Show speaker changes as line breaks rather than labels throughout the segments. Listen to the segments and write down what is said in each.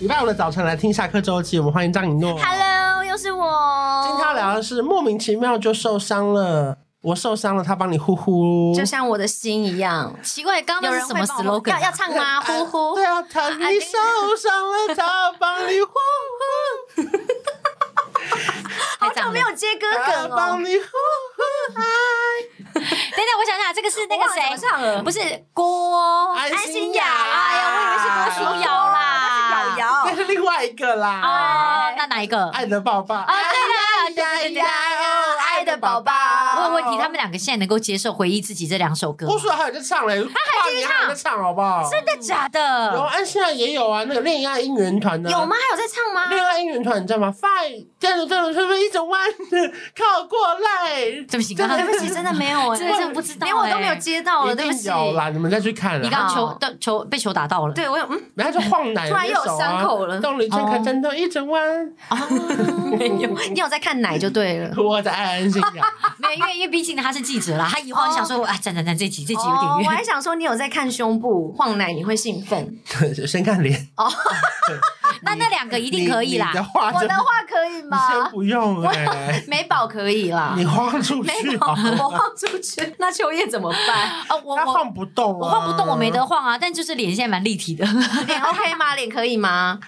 礼拜五的早晨来听下课周记，我们欢迎张一诺。
Hello，又是
今
我。
天要聊的是莫名其妙就受伤了，我受伤了，他帮你呼呼。
就像我的心一样，
奇怪，刚刚
有
那
人
是什么
会帮我
slogan？
要
啊
要唱吗？呼呼
对。啊，他
啊
你受伤了，他帮你呼呼，
好久没有接歌
他
梗哦
帮。你呼呼，哎，
等等，我想想，这个是那
我忘了
个
怎么唱了
谁？不是郭
安心雅
哎呀，我以为是郭
郭
书
书
瑶
瑶
啦，那
啦
啊是瑶瑶。
那是另外一个啦，
哦，那哪一个？
爱的抱抱。
啊，对啦，对对对对。
哦爱的宝宝。
我有问题，他们两个现在能够接受回忆自己这两首歌吗
郭？书瑶还有在唱嘞，他还继续唱，在唱好不好？
真的
有
假的？
安现在也有啊，那个恋爱姻缘团呢？
有吗？？还有在唱吗？
恋爱姻缘团你知道吗？Five，这种这种是不是一整弯的靠过来？
对不起，
真
刚
的
刚
对不起，真的没有哎，
真的真的不知道
连我都
哎
没有接到了，
一
对不
定
起。
有啦，你们再去看啊
你
啦。
刚刚球
好
的球被球打到了。
对我有嗯，
然后就晃奶、啊，
突然又有伤口了
动了一圈，看真的一整弯。
没有，
你有在看奶就对了。
我在爱安心啊呀，
没有，因为因为毕竟他是记者啦，他一晃就想说，哎，站站站，这集这集有
哦
点
我
远
还。想说你有在看胸部晃奶，你会兴奋。
先看脸，
那那两个哦一
一
定可以啦
你。啊的话就，
我的话可以
你先
吗？
不用 哎，
美宝可以啦，
你晃出
美
去
宝
啊，
我晃出去，那秋叶怎么 办？
哦，我
他
我
晃不动，啊
我晃不动，我没得，晃啊，但就是脸现在蛮立体的。
脸 OK 吗？脸可以吗？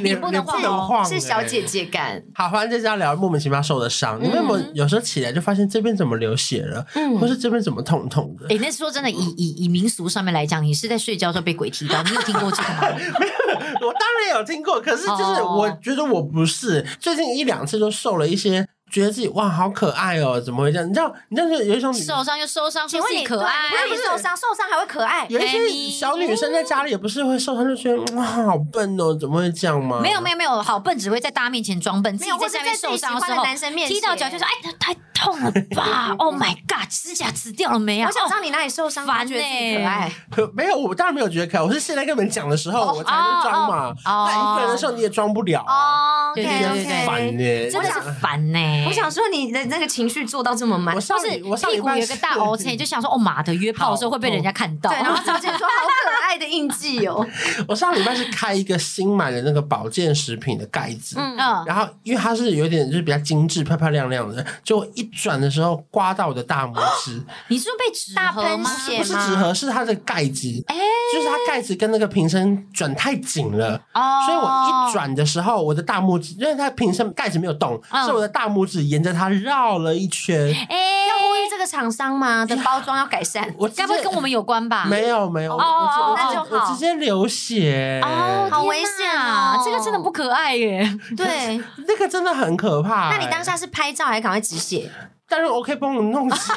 你
你不能晃哦
晃，哎
是小姐。姐感。
好，反正就是要聊莫名其妙受的伤。你们有没
嗯
有有时候起来就发现这边怎么流血了，
嗯
或是这边怎么痛痛 的？
哎、那说真的，以以以民俗上面来讲，你是在睡觉的时候被鬼踢到，你有听过这 个吗？
我当然有听过，可是就是
哦
我觉得我不是，最近一两次就受了一些，觉得自己哇好可爱哦，怎么会这样？你知道，你知道有一种
受伤就受伤，
请
说
问
自
你
己可爱
对，不是受伤，受伤还会可爱。
有一些
Amy
小女生在家里也不是会受伤，就觉得哇好笨哦，怎么会这样吗？
没有没有没有，好笨只会在大家面前装笨，自
没
己
有
在下面受伤
或者在自己喜
的
欢
时
的
候，
男生面前
踢到脚就说：“哎，太痛了 吧！”Oh my god，指甲吃掉了没啊？
我想知道
哦
你哪里受伤，
烦欸
你觉得自己可爱。
有没有，我当然没有觉得可爱，我是现在跟你们讲的时候我才能装嘛。那
哦
一个人的时候你也装不了啊，
哦
对对对对
烦欸
，OK，OK。
耶！
真的是烦呢、
我想说你的那个情绪做到这么满
我，上
不是
礼我上
屁
礼
股有
拜
一个大凹陷，就想说：“哦妈的，约炮的时候会被人家看到。
对，然后赵健说好可爱的印记 哦，
我上礼拜是开一个新买的那个保健食品的盖子，
嗯
嗯，
然后因为它是有点就是比较精致、漂漂亮亮的，就一转的时候刮到我的大拇指，
你是不是被纸
大
盒
喷
吗？
血
不是纸盒，是它的盖子，
哎
就是它盖子跟那个瓶身转太紧了，
哦，
所以我一转的时候，我的大拇指，因为它瓶身盖子没有动，
嗯
是我的大拇指沿着它绕了一圈。
哎，
要呼吁这个厂商吗？的包装要改 善。
我直接
该不会跟我们有关吧？
没有没有，我
哦
我我
那就
我
好
直接流血。
哦，
好
天
危险
哪
哦
这个真的不可爱耶！
哎
对，
那个真的很可怕、
那你当，下是拍照还是赶快止血？
但是 OK 帮我弄起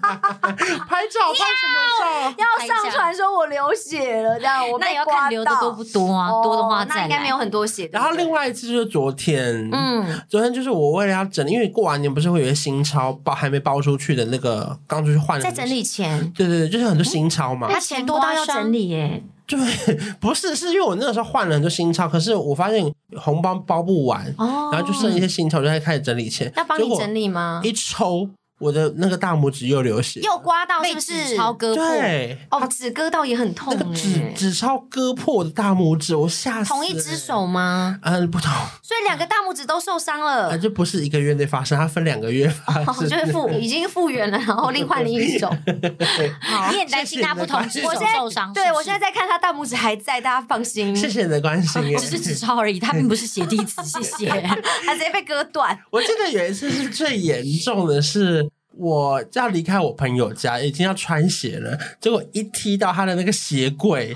来， 拍 照拍什么照？
要
哦拍一下
上传说我流血了，这样 我被
那也要
刮
看流的
到
多不多啊，多的话
哦那
再
应该没
来。
有很多血。
然后另
外，
外一次就是昨天，
嗯，
昨天就是我为了要整理，因为过完年不是会有一些新钞包还没包出去的那个，刚出去换了
在整理前，
对对对，就是很多新钞嘛。
他钱多到要整理耶，
对，
嗯
不是，是因为我那个时候换了很多新钞，可是我发现红包包不完，
哦，
然后就剩一些新钞，就在开始整理钱。
要帮
结
你
果
整理吗？
一抽，我的那个大拇指又流血，
又刮到哦
被
是不是
纸？超割破，
对，
哦，纸割到也很痛
那个纸
哎。
纸钞割破我的大拇指，我吓死。
同一只？手吗？
嗯，不同，
所以两个大拇指都受伤
啊，
了，
就不是一个月内发生，它分两个月发
哦，
生。
就是复已经复原了，然后另换另一手。好
你，也很担心他不同只手
我现在
受伤。
对我
是
现在
不
在看他大拇指还在，大家放心，
谢谢你的关
哦
心耶。
是只是纸钞而已，他并不是血滴 子，谢谢。
他直接被割断。
我记得有一次是最严重的是。我要离开我朋友家，已经要穿鞋了，结果一踢到他的那个鞋 柜，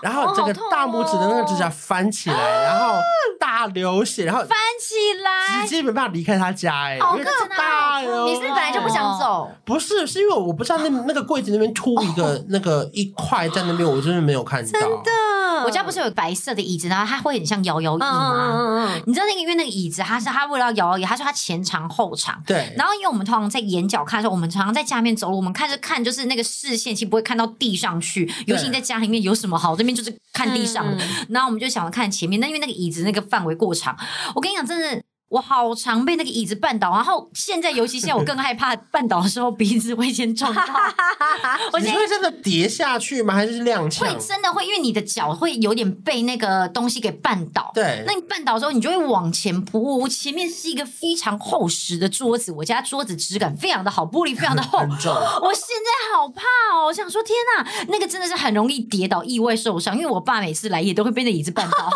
然后整个大拇指的那个指甲翻起来，然后大流血，然后
翻起来
直，接没办法离开他家、哎，
好
因为
可怕
大流
啊
啊
你是不是本来就不想走，
不是，是因为我不知道那那个柜子那边凸一个、那个一块在那边，我真的没有看到。真的，
嗯
我家不是有白色的椅子，然后它会很像摇摇椅
嗯
吗？
嗯嗯嗯
你知道那个因为那个椅子，它是它为了摇摇椅，它说它前长后长。
对，
然后，因为我们通常在眼角看的时候，我们常常在家里面走路，我们看着看就是那个视线，其实不会看到地上去。尤其你在家里面有什么好，这边就是看地上的。
嗯
然后我们就想要看前面，但因为那个椅子那个范围过长，我跟你讲，真的。我好常被那个椅子绊倒，然后现在，尤其现在我更害怕绊倒的时候鼻子会先撞到，我
嗯
你是
现在
会真的跌下去吗？还是踉
会
跄？
真的会，因为你的脚会有点被那个东西给绊倒。
对
那你绊倒之后，你就会往前扑。我前面是一个非常厚实的桌子，我家桌子质感非常的好，玻璃非常的厚。
很重，
我现在好怕哦，我想说天哪，那个真的是很容易跌倒、意外受伤，因为我爸每次来也都会被那椅子绊 倒。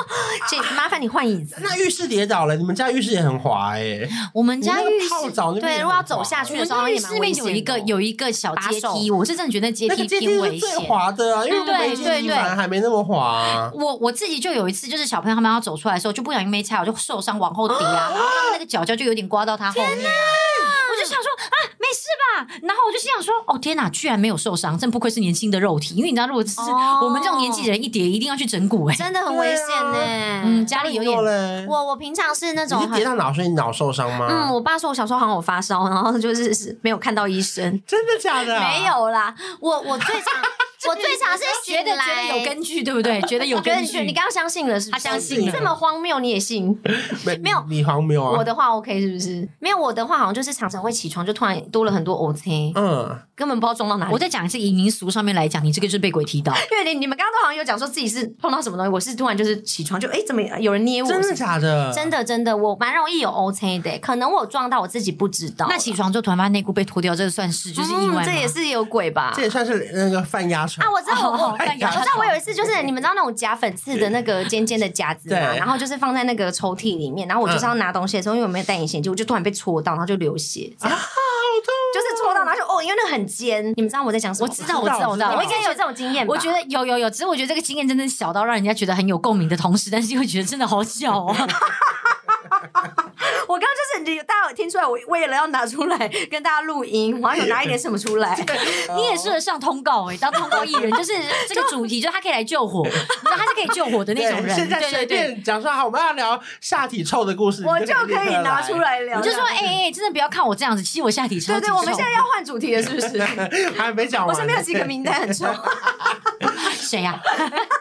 这麻烦你换椅子。
那浴室跌倒了，你们家浴室也很滑哎耶、
我们家
你那个
浴室
泡澡那边
对
也
如果要
很滑
走下去
我
的
们
时候
家浴
也蛮
室
危险的哦
面有一个有一个小阶
把
梯，
手
我是真的觉得那阶
那
梯
个阶梯
偏
是
危
最
险。
滑的啊，因为
嗯对
围巾
对
机
对
反而还没那么滑、啊。
我我自己就有一次，就是小朋友他们要走出来的时候，就不小心没踩好，就受伤往后跌 啊，然后他们那个脚脚就有点刮到他后面啊。我就想说啊，没事吧？然后我就心想说，哦天哪，居然没有受伤，真不愧是年轻的肉体。因为你知道，如果是
哦
我们这种年纪人一跌，一定要去整骨哎、
真的很危险呢、
嗯，家里有点
有嘞，
我我平常是那
你
种
是跌
很。
到脑，所以你脑受伤吗？
嗯，我爸说我小时候好像有发烧，然后就是是 没有看到医生，
真的假的、啊？
没。有啦。我我最 常我最常是
觉
醒
得觉
来
得有根据，对 不对？觉得有
我觉得
根
你觉得
据。
你刚刚相信了，是不
他
是？
相信了啊
这么荒谬你也信？
没
没有
你你荒谬啊！
我的话 OK 是不是？没有我的话，好像就是常常会起床就突然多了很多 OK，
嗯，
根本不知道撞到哪里。
我再讲一次，以民俗上面来讲，你这个就是被鬼踢到。
因为你你们刚刚都好像有讲说自己是碰到什么东西，我是突然就是起床就哎、诶怎么有人捏我？
真的假的？
真的真的，我蛮容易有 OK 的，可能我有撞到我自己不知道。
那起床之后突然发现内裤被脱掉，这算是就是意外、
嗯，这也。是有鬼吧？
这也算是那个犯压床
啊，。我知道我我
哦哎呀
我知道我有一次就是你们知道那种夹粉刺的那个尖尖的夹子嘛，
对嗯
然后就是放在那个抽屉里面，然后我就是要拿东西的时候，因为我没有戴隐形眼镜，我就突然被戳到，然后就流血，
啊
这样就是戳到，然后就哦，因为那个很尖，你们知道我在讲什么？
我知道，我知道，我知道。
我
我
应
应该
该有这种经验吧？
我觉得有有有，只是我觉得这个经验真的是小到让人家觉得很有共鸣的同时，但是又觉得真的好 笑哦。
我刚刚就是你，大家有听出来，我为了要拿出来跟大家录音，我要有拿一点什么出来。
你也适合上通告哎、当通告艺人，就是这个主题，就是他可以来救火，你知道他是可以救火的那种人。
现在
对
随
对对，
便讲说好，我们要聊下体臭的故事，
我
你
就可以拿出。来聊。
你就说哎哎、真的不要看我这样子，其实我下体超
对
级
对，我们
臭
现在要换主题了，是 不是？
还没讲
我
完，
身边有几个名单 很臭，
谁 呀、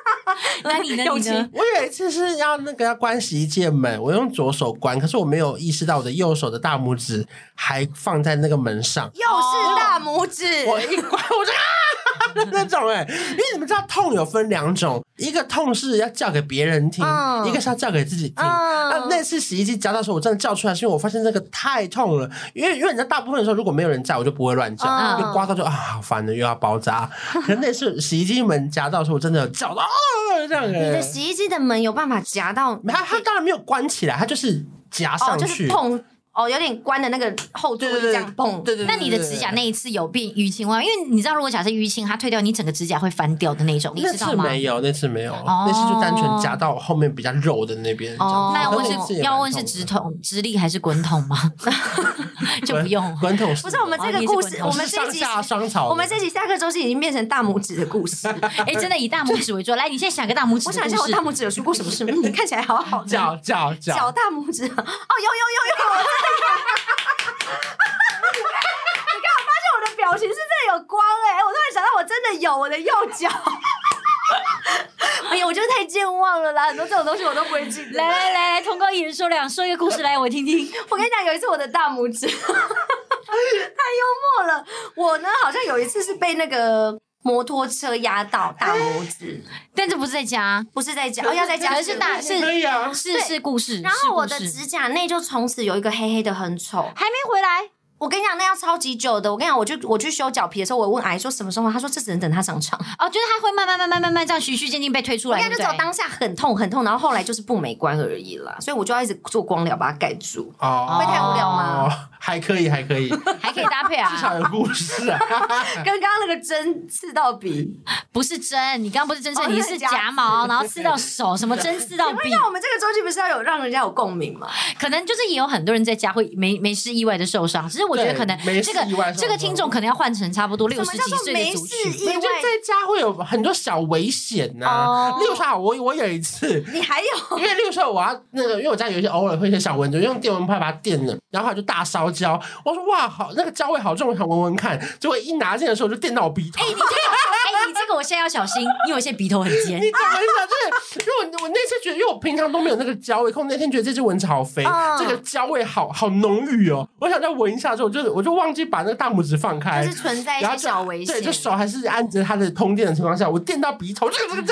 那你呢？
友
你呢
情？
我有一次是要那个要关洗衣键门，我用左手关，可是我没有意识到我的右手的大拇指还放在那个门上。
又是大拇指。
我一关，我就啊那种哎、因为你们知道痛有分两种，一个痛是要叫给别人听，
嗯
一个是要叫给自己听。
嗯
那那次洗衣机夹到的时候，我真的叫出来，是因为我发现那个太痛了。因为因为你知道，大部分的时候如果没有人在，我就不会乱叫，
嗯
就刮到就啊，好烦的又要包扎。可是那次洗衣机门夹到的时候，我真的有叫到啊这样哎、
你的洗衣机的门有办法夹到？
它它当然没有关起来，它就是夹
哦，
上
就是
去。
碰哦，有点关的那个后座
对
力
对
这
对，
样碰。
对对对
那你的指甲那一次有变淤青吗？因为你知道，如果假设淤青它退掉，你整个指甲会翻掉的那种，你
那
知道
次
吗？
没有，那次没有，那次就单纯夹到后面比较肉的那边。
哦
那要
我
问是要问是直筒、直立还是滚筒吗？ 就不用。
滚筒式的，
不是我们这个
哦
故
你
事，
是
我
滚筒
们
是
这一
上
集
下双槽的，
我们这一集下课之后是已经变成大拇指的 故事。
哎、真的以大拇指为主。来，你现在想个大拇指
我
的故事。
想一下，我大拇指有出过什么事吗？ 嗯看起来好好的。
脚脚
脚
脚，
大拇指，哦，有有有有有！你看，我发现我的表情是真的有光哎、我突然想到，我真的有我的右脚。 哎呀，我就是太健忘了啦，很多这种东西我都不会记得。
来来来来，通告一人说两，说一个故事来，我听听。
我跟你讲，有一次我的大拇指 太幽默了，我呢好像有一次是被那个摩托车压到大拇指，
但这不是在家，
不是在家，哦要在家
可是大是
可以啊，
是是故事。
然后我的
是故事
指甲内就从此有一个黑黑的很丑。
还没回来，
我跟你讲，那要超级久的。我跟你讲，我就我去修脚皮的时候，我问阿姨说什么时候，她说这只能等它上场。
哦，就是它会慢慢慢慢慢慢这样循序渐进被推出
我
来。
跟你讲，就
对
只
不
有
对
当下很痛很痛，然后后来就是不美观而已啦。所以我就要一直做光疗把它盖住，
哦
会太无聊吗？
哦，还可以，还可以，至
还可以搭配
少
啊，
有故事啊。
跟刚刚那个针刺到笔，
不是针，你刚刚不是针
哦
刺，
那
你
是
是
夹
夹
子
毛，然后刺到手，什么针刺 到
不
笔，
哎像我们这个周期不是要有让人家有共鸣吗？
可能就是也有很多人在家会没没事意外的受伤，只是我觉得
对
可能
没事
这个
意外受伤
这个听众可能要换成差不多
什
六
么
十
叫
几
做
岁
没
的族
事
群。
意
那就
外？
在家会有很多小危险呐、啊
哦
例如说啊，我我有一次，
你还有
因为例如说我要那个，因为我家有一些偶尔会一些小蚊子，用电蚊拍把它电了，然后它就大烧焦。我说哇，好那个焦味好重，我想闻闻看。结果一拿进来的时候就电到我鼻头。
你这个，哎、你这个我现在要小心，因为我现在鼻头很
哎
尖
你。懂我意思吗？就是因为我我那次觉得，因为我平常都没有那个焦味，可我那天觉得这只蚊子好肥，
嗯
这个焦味好好浓郁哦。我想再闻一下之后，就是我就忘记把那个大拇指放开，
就是存在一
然后
些
就
小危险
对，，就手还是按着它的通电的情况下，我电到鼻头，这个这个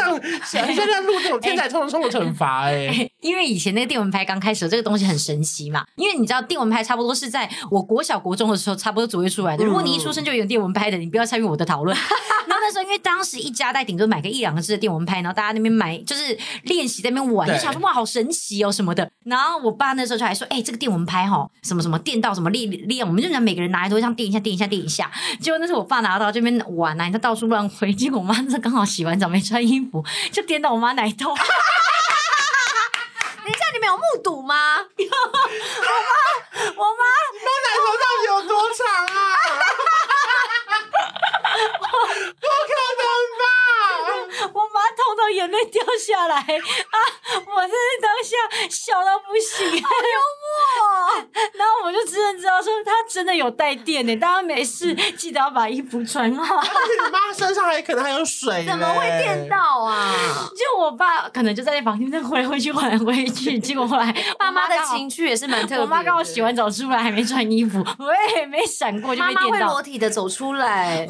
这 样，很像在录这种天才冲冲冲的惩罚哎。
因为以前那个电蚊拍刚开始，这个东西很神奇嘛。因为你知道电蚊拍差不多是在我国小国中的时候，差不多左右出来的。如果你一出生就有电蚊拍的，你不要参与我的讨论。 然后那时候因为当时一家带顶多买个一两只的电蚊拍，然后大家那边买就是练习在那边玩，
对
就想说哇好神奇哦什么的。然后我爸那时候就还说，哎、这个电蚊拍哈、哦、什么什么电到什么力力，我们就拿每个人拿来都这样电一下电一下电一下。结果那时候我爸拿到这边玩啊，你知道到处乱挥，结果我妈那时候刚好洗完澡没穿衣服，就颠到我妈奶头。
等一下你们有目睹 吗？
我妈
奶头到底有多长啊？不可能吧！
我妈痛到眼泪掉下来啊！我真是当下笑到不行，好幽 默、哦然后我就真的知道说，她真的有带电呢、大家没事记得要把衣服穿好。
而且你妈身上还可能还有水，
怎么会电？到啊？
就我爸可能就在那房间再回回去回来回去，结果后来
爸妈的
亲，
情趣也是蛮特别的。
我妈刚好洗完澡出来还没穿衣服， 我也没闪过就
妈
被
妈
电
会
到
裸。体的走出 来，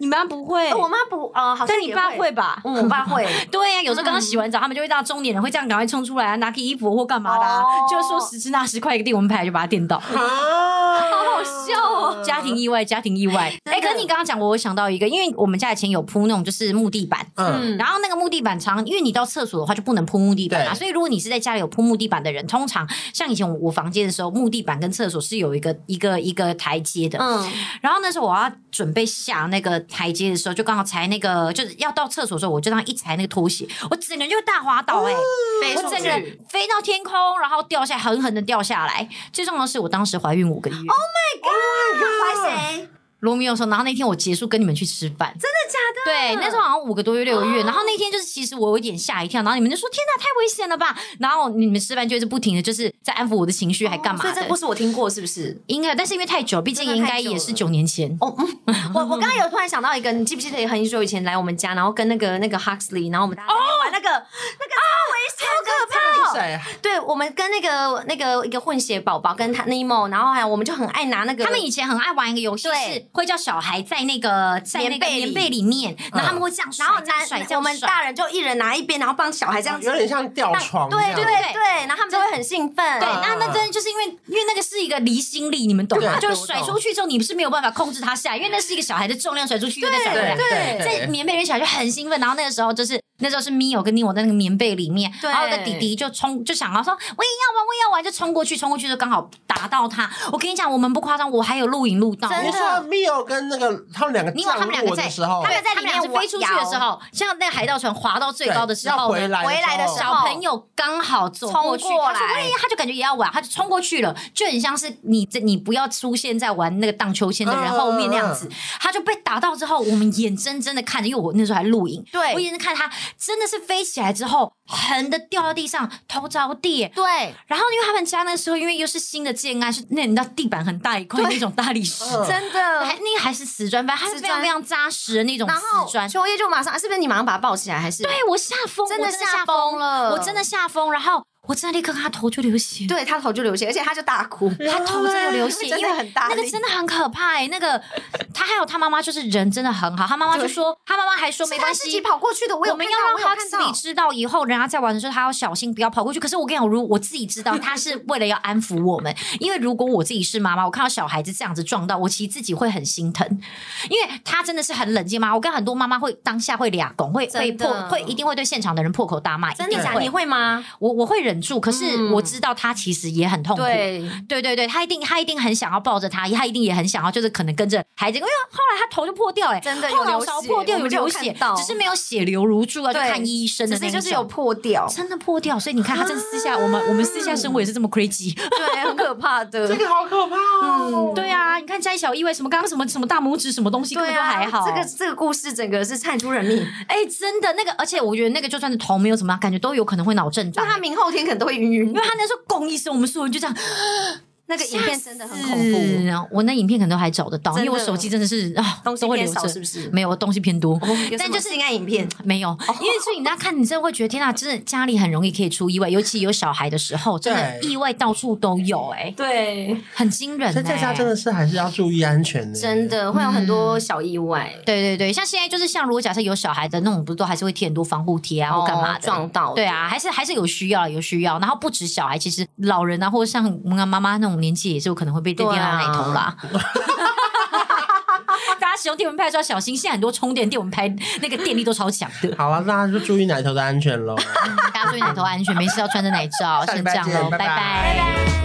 你妈不会
呃我妈不啊，好像
但你
也
爸会吧？
嗯，我爸 会。
对呀、有时候刚刚洗完澡，他们就会到中年人会这样赶快冲出来啊，拿起衣服或干嘛的、啊，
嗯哦
就说十吃那十块一个电蚊拍就把它电到。
啊，好
好笑哦
家庭意外，家庭意外。
真的
哎、可是你刚刚讲，我有想到一个，因为我们家以前有铺那种就是木地板，
嗯，
然后那个木地板常，因为你到厕所的话就不能铺木地板啊，
对
所以如果你是在家里有铺木地板的人，通常像以前我我房间的时候，木地板跟厕所是有一个一个一个台阶的，
嗯，
然后那时候我要准备下那个台阶的时候，就刚好踩那个，就是要到厕所的时候，我就这样一踩那个拖鞋，我整个人就大滑倒哎、
啊飞
我
出
整个人
去。
飞到天空，然后掉下来，狠狠的掉下来。最重要的是，我当时怀孕五个月。
哦 怪谁？
罗密欧说，然后那天我结束跟你们去吃饭，真
真的假的？
对，那时候好像五个多月、六个月。然后那天就是，其实我有一点吓一跳，然后你们就说：“天哪，太危险了吧！”然后你们吃饭就是不停的，就是在安抚我的情绪，还干嘛
哦所以这
的
故？事我听过，是不是？
应该，但是因为太久，毕竟
真的
应
太
该
久
也
了
是九年前。
哦，嗯，我我刚刚有突然想到一个，你记不记得很久以前来我们家，然后跟那个那个 Huxley，然后我们大家在那
哦
边玩那个、那个超危险，好可怕哦！
谁啊？
对，我们跟那个那个一个混血宝宝跟他 Nemo，然后还有我们就很爱拿那个
他们以前很爱玩一个游戏，
对
是会叫小孩在那个在那
棉
个
被里嗯
棉被里面，然后他们会这样甩，
然后
这样甩，这
男
样
我们
甩
大人就一人拿一边，然后帮小孩这样子
啊有，点像吊床这
对
样，
对
对
对对，然后他们就会很兴奋，
对，
嗯
那那真的就是因为，因为那个是一个离心力，你们懂吗？
对
就
我
是
懂
甩出去之后，你是没有办法控制它下来，因为那是一个小孩的重量甩出去，又再甩回来。
对
在棉被里面小孩就很兴奋，然后那个时候就是那时候是咪友跟你我在那个棉被里面，
对
然后我的弟弟就冲就想要说我也要玩，我也要玩，就冲过去，冲过去就刚好打到他。我跟你讲，我们不夸张，我还有录影录到，
真
你
的
说 Mio 跟那个他们两个
你有他们两个
降落
在，
的时候，
他们在里面飞出去的时候，像那个海盗船滑到最高的时
对要
候
回
呢，
来
回来的时候
小朋友刚好走过去，
冲过来
他说哎呀，他就感觉也要玩，他就冲过去了，就很像是你这你不要出现在玩那个荡秋千的人
嗯
后面那样子，他就被打到之后，我们眼睁睁的看着，因为我那时候还录影，
对
我眼睁睁看他真的是飞起来之后，横的掉到地上，头着地。
对，
然后因为他们家那时候因为又是新的建案，是那你知道地板很大一块那种大理石，
嗯
真的
还那个还是瓷砖，反正它是
瓷
非
砖
常非常扎实的那种
然后
瓷砖。
秋叶就马上，是不是你马上把他抱起来？还是
对我吓疯，
真
我
的
的
吓
吓
疯了
我真的吓疯。然后我真的立刻看他头就流血，
对他头就流血，而且他就大哭，
他头真的流血，
真
因
的
为
很大
那
力，
个真的很可怕哎、那个他还有他妈妈，就是人真的很好，他妈妈就
对
说，他妈妈还说
是
没
他
关
自己
系。
跑过去的，我有
们
看
要
到
让
我有
哈
看
斯
到
里。知道以后，人家在玩的时候，他要小心，不要跑过去。可是我跟你讲，如我自己知道，他是为了要安抚我们，因为如果我自己是妈妈，我看到小孩子这样子撞到，我其实自己会很心疼，因为他真的是很冷静妈妈。我跟很多妈妈会当下会俩拱，会会
真的
破，会一定会对现场的人破口大骂，一
真
定
的假的？
会
你会吗？
我我会忍忍住，可是
嗯
我知道他其实也很痛苦。
对，
对对对，他一定他一定很想要抱着他，他一定也很想要就是可能跟着孩子，因为后来他头就破掉哎、
真的有
后脑
流
勺
血
破掉
我
有
们就有
流血
看到，
只是没有血流如注啊，就
对
看医生
只
的
是
那
就
一
是有
种
破掉，
真的破掉，所以你看他真的私下，我们我们私下
啊
生活也是这么 crazy。
对，很可怕的
这。个好可怕哦！
对啊，你看摘小意味什么，刚刚什么什么大拇指什么东西，根
对
本都
啊，
还好。
这个这个故事整个是惨出人 命，
哎、真的那个，而且我觉得那个就算是头没有怎么样，感觉都有可能会脑震
就
荡。
他明后天可能都会晕晕
因为，他那时候拱一声，我们所有人就这样，
那个影片真的很恐
是
怖。
啊我那影片可能都还找得到，因
真的
为我手机真的是啊，
东西
都会
偏
留
少
着，
是不是？哦
没有，我东西偏多。
有什
但
么
就是
性爱影片，
没有，
哦
因为所以你那看，你真的会觉得天啊，真的家里很容易可以出意外，尤其有小孩的时候，真的
对
意外到处都有、哎，
对，
很惊人、
所
哎。
以在家真的是还是要注意安全的，。
真。的会有很
嗯
多小意外，
对对对，像现在就是像如果假设有小孩的那种，不是都还是会贴很多防护贴啊，或干嘛
哦
的。
撞到，
对啊，，还是还是有需要，有需要。然后不止小孩，其实老人啊，或者像我们妈妈那种年纪，也是有可能会被电电到奶头啦。 大家使用电蚊拍的时候要小心，现在很多充电电蚊拍那个电力都超强的
好了，大家就注意奶头的安全喽。
大家注意奶头安全，没事要穿着奶罩。
下礼
先
拜
这样
见
喽，
拜拜
拜拜